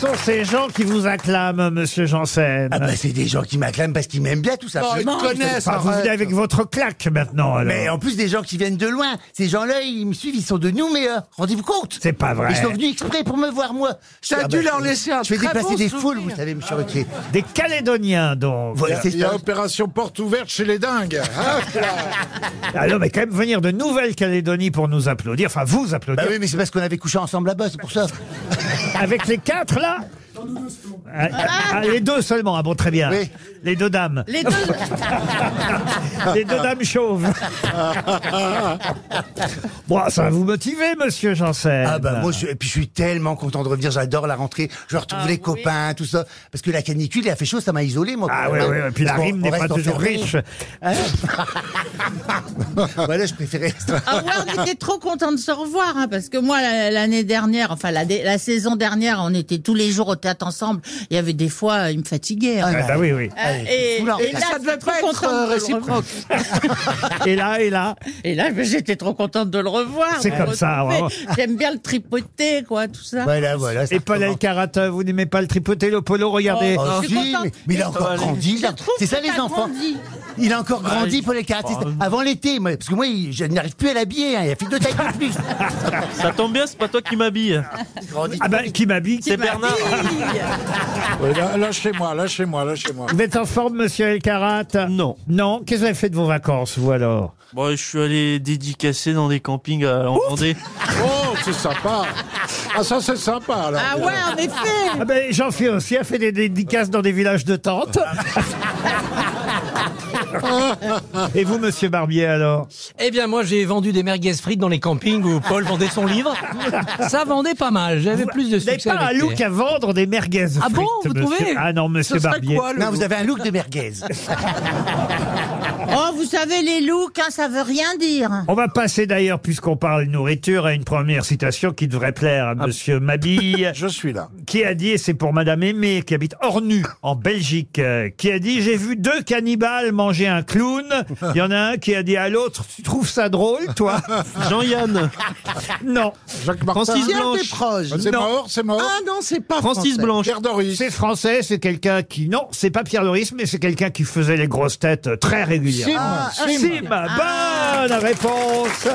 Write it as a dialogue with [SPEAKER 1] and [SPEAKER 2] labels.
[SPEAKER 1] sont ces gens qui vous acclament, monsieur Janssen
[SPEAKER 2] Ah bah c'est des gens qui m'acclament parce qu'ils m'aiment bien tout ça.
[SPEAKER 3] ils te connaissent,
[SPEAKER 1] Enfin, Vous
[SPEAKER 3] arrête.
[SPEAKER 1] venez avec votre claque maintenant, alors.
[SPEAKER 2] Mais en plus des gens qui viennent de loin. Ces gens-là, ils me suivent, ils sont de nous meilleurs. Rendez-vous compte
[SPEAKER 1] C'est pas vrai.
[SPEAKER 2] Ils sont venus exprès pour me voir moi. Ah bah,
[SPEAKER 3] Ça a dû leur laisser un
[SPEAKER 2] Je vais
[SPEAKER 3] très
[SPEAKER 2] déplacer
[SPEAKER 3] bon
[SPEAKER 2] des
[SPEAKER 3] souvenir.
[SPEAKER 2] foules, vous savez,
[SPEAKER 1] Ah
[SPEAKER 2] monsieur Ruquier.
[SPEAKER 1] Des Calédoniens, donc.
[SPEAKER 2] Voilà, c'est
[SPEAKER 4] Ah, Il y a
[SPEAKER 2] ça.
[SPEAKER 4] opération porte ouverte chez les dingues. Hein
[SPEAKER 1] Alors, Ah mais quand même, venir de Nouvelle-Calédonie pour nous applaudir, enfin, vous
[SPEAKER 2] Bah
[SPEAKER 1] applaudir,
[SPEAKER 2] oui, mais c'est parce qu'on avait couché ensemble là-bas, c'est pour ça.
[SPEAKER 1] Eh avec les quatre, là Ah, ah, les deux seulement, ah bon très bien.
[SPEAKER 2] Oui.
[SPEAKER 1] Les deux dames.
[SPEAKER 5] Les deux,
[SPEAKER 1] Les deux dames chauves. bon, ça va vous motiver, monsieur Janssen.
[SPEAKER 2] Ah bah moi, je, et puis je suis tellement content de revenir, j'adore la rentrée, je
[SPEAKER 1] Ah
[SPEAKER 2] retrouve les copains, tout ça, parce que la canicule, il a fait chaud, ça m'a isolé moi.
[SPEAKER 1] Ah oui,
[SPEAKER 2] Parce
[SPEAKER 1] oui, oui. puis la
[SPEAKER 2] qu'on-
[SPEAKER 1] rime
[SPEAKER 2] on
[SPEAKER 1] n'est
[SPEAKER 2] reste Ah
[SPEAKER 1] pas toujours
[SPEAKER 2] enfermé.
[SPEAKER 1] riche. hein.
[SPEAKER 2] voilà, je préférais.
[SPEAKER 5] Ah ouais, on était trop contents de se revoir, hein, parce que moi, la- l'année dernière, enfin la, dé- la saison dernière, on était tous les jours au théâtre ensemble. Il y avait des fois, il me fatiguait. hein.
[SPEAKER 1] Ah bah oui, oui.
[SPEAKER 5] Euh, et,
[SPEAKER 2] Oula.
[SPEAKER 5] et là,
[SPEAKER 3] Ça devait
[SPEAKER 5] j'étais trop
[SPEAKER 3] pas être
[SPEAKER 5] contente de
[SPEAKER 3] euh,
[SPEAKER 5] le revoir.
[SPEAKER 3] réciproque.
[SPEAKER 1] Et là, et là.
[SPEAKER 5] Et là, ben, j'étais trop contente de le revoir.
[SPEAKER 1] C'est
[SPEAKER 5] de
[SPEAKER 1] comme
[SPEAKER 5] le
[SPEAKER 1] ça,
[SPEAKER 5] retrouver.
[SPEAKER 1] vraiment.
[SPEAKER 5] J'aime bien le tripoter, quoi, tout ça.
[SPEAKER 2] Voilà, voilà. ça
[SPEAKER 1] Et Paul
[SPEAKER 2] recommence.
[SPEAKER 1] Elkarat, euh, vous n'aimez pas le tripoter, le polo, regardez.
[SPEAKER 5] Oh,
[SPEAKER 2] Ah
[SPEAKER 5] Je suis
[SPEAKER 2] si,
[SPEAKER 5] contente.
[SPEAKER 2] mais, mais il a
[SPEAKER 5] Je
[SPEAKER 2] encore
[SPEAKER 5] trouve
[SPEAKER 2] grandi. il a-
[SPEAKER 5] qu'il
[SPEAKER 2] C'est ça
[SPEAKER 5] a
[SPEAKER 2] les enfants.
[SPEAKER 5] grandi.
[SPEAKER 2] Il a encore grandi pour les caractéristiques.
[SPEAKER 1] Oh.
[SPEAKER 2] Avant l'été, moi, parce que moi, il- je n'arrive plus à l'habiller. hein, Il a fait deux tailles de plus.
[SPEAKER 6] Ça tombe bien, c'est pas toi qui m'habille.
[SPEAKER 2] Il grandit.
[SPEAKER 1] Ah ben, qui m'habille
[SPEAKER 6] C'est Bernard.
[SPEAKER 4] Ah, Ouais, là- Lâchez-moi, lâchez-moi, lâchez-moi.
[SPEAKER 1] Vous êtes en forme, monsieur Elkarat
[SPEAKER 6] Non.
[SPEAKER 1] Non Qu'est-ce que vous avez fait de vos vacances, vous alors
[SPEAKER 6] Bon, je suis allé dédicacer dans des campings à- en Vendée.
[SPEAKER 4] Oh, c'est sympa. Ah, ça, c'est sympa, alors.
[SPEAKER 5] Ah ouais, en effet.
[SPEAKER 1] Ah ben, j'en fais aussi, a fait des dédicaces dans des villages de tentes. Et vous, monsieur Barbier, alors
[SPEAKER 7] Eh bien, moi, j'ai vendu des merguez frites dans les campings où Paul vendait son livre. Ça vendait pas mal. J'avais plus de
[SPEAKER 1] Vous n'avez
[SPEAKER 7] succès.
[SPEAKER 1] pas un
[SPEAKER 7] avec les-
[SPEAKER 1] look à vendre des merguez
[SPEAKER 7] Ah bon,
[SPEAKER 1] frites,
[SPEAKER 7] vous trouvez
[SPEAKER 1] monsieur. Ah non, monsieur
[SPEAKER 7] Ce serait
[SPEAKER 1] Barbier.
[SPEAKER 7] quoi, le
[SPEAKER 2] Non,
[SPEAKER 7] look
[SPEAKER 2] vous avez un look de merguez.
[SPEAKER 5] Oh, vous savez, les looks, hein, ça veut rien dire.
[SPEAKER 1] On va passer d'ailleurs, puisqu'on parle nourriture, à une première citation qui devrait plaire à
[SPEAKER 7] Ah.
[SPEAKER 1] monsieur Mabille.
[SPEAKER 4] Je suis là.
[SPEAKER 1] qui a dit, et c'est pour Madame Aimée, qui habite Ornu, en Belgique, euh, qui a dit J'ai vu deux cannibales manger un clown. Il y en a un qui a dit à l'autre Tu trouves ça drôle, toi
[SPEAKER 6] Jean-Yann,
[SPEAKER 1] Non,
[SPEAKER 4] Jacques Martin.
[SPEAKER 6] Francis Blanche.
[SPEAKER 3] proches.
[SPEAKER 4] C'est
[SPEAKER 1] Non.
[SPEAKER 4] mort, c'est mort.
[SPEAKER 3] Ah non, c'est pas
[SPEAKER 6] Francis
[SPEAKER 3] français.
[SPEAKER 6] Blanche.
[SPEAKER 4] Pierre Doris.
[SPEAKER 1] c'est français, c'est quelqu'un qui. Non, c'est pas Pierre Doris, mais c'est quelqu'un qui faisait les grosses têtes euh, très régulièrement.
[SPEAKER 4] Sim, Sim.
[SPEAKER 1] Sim, bonne Ah, réponse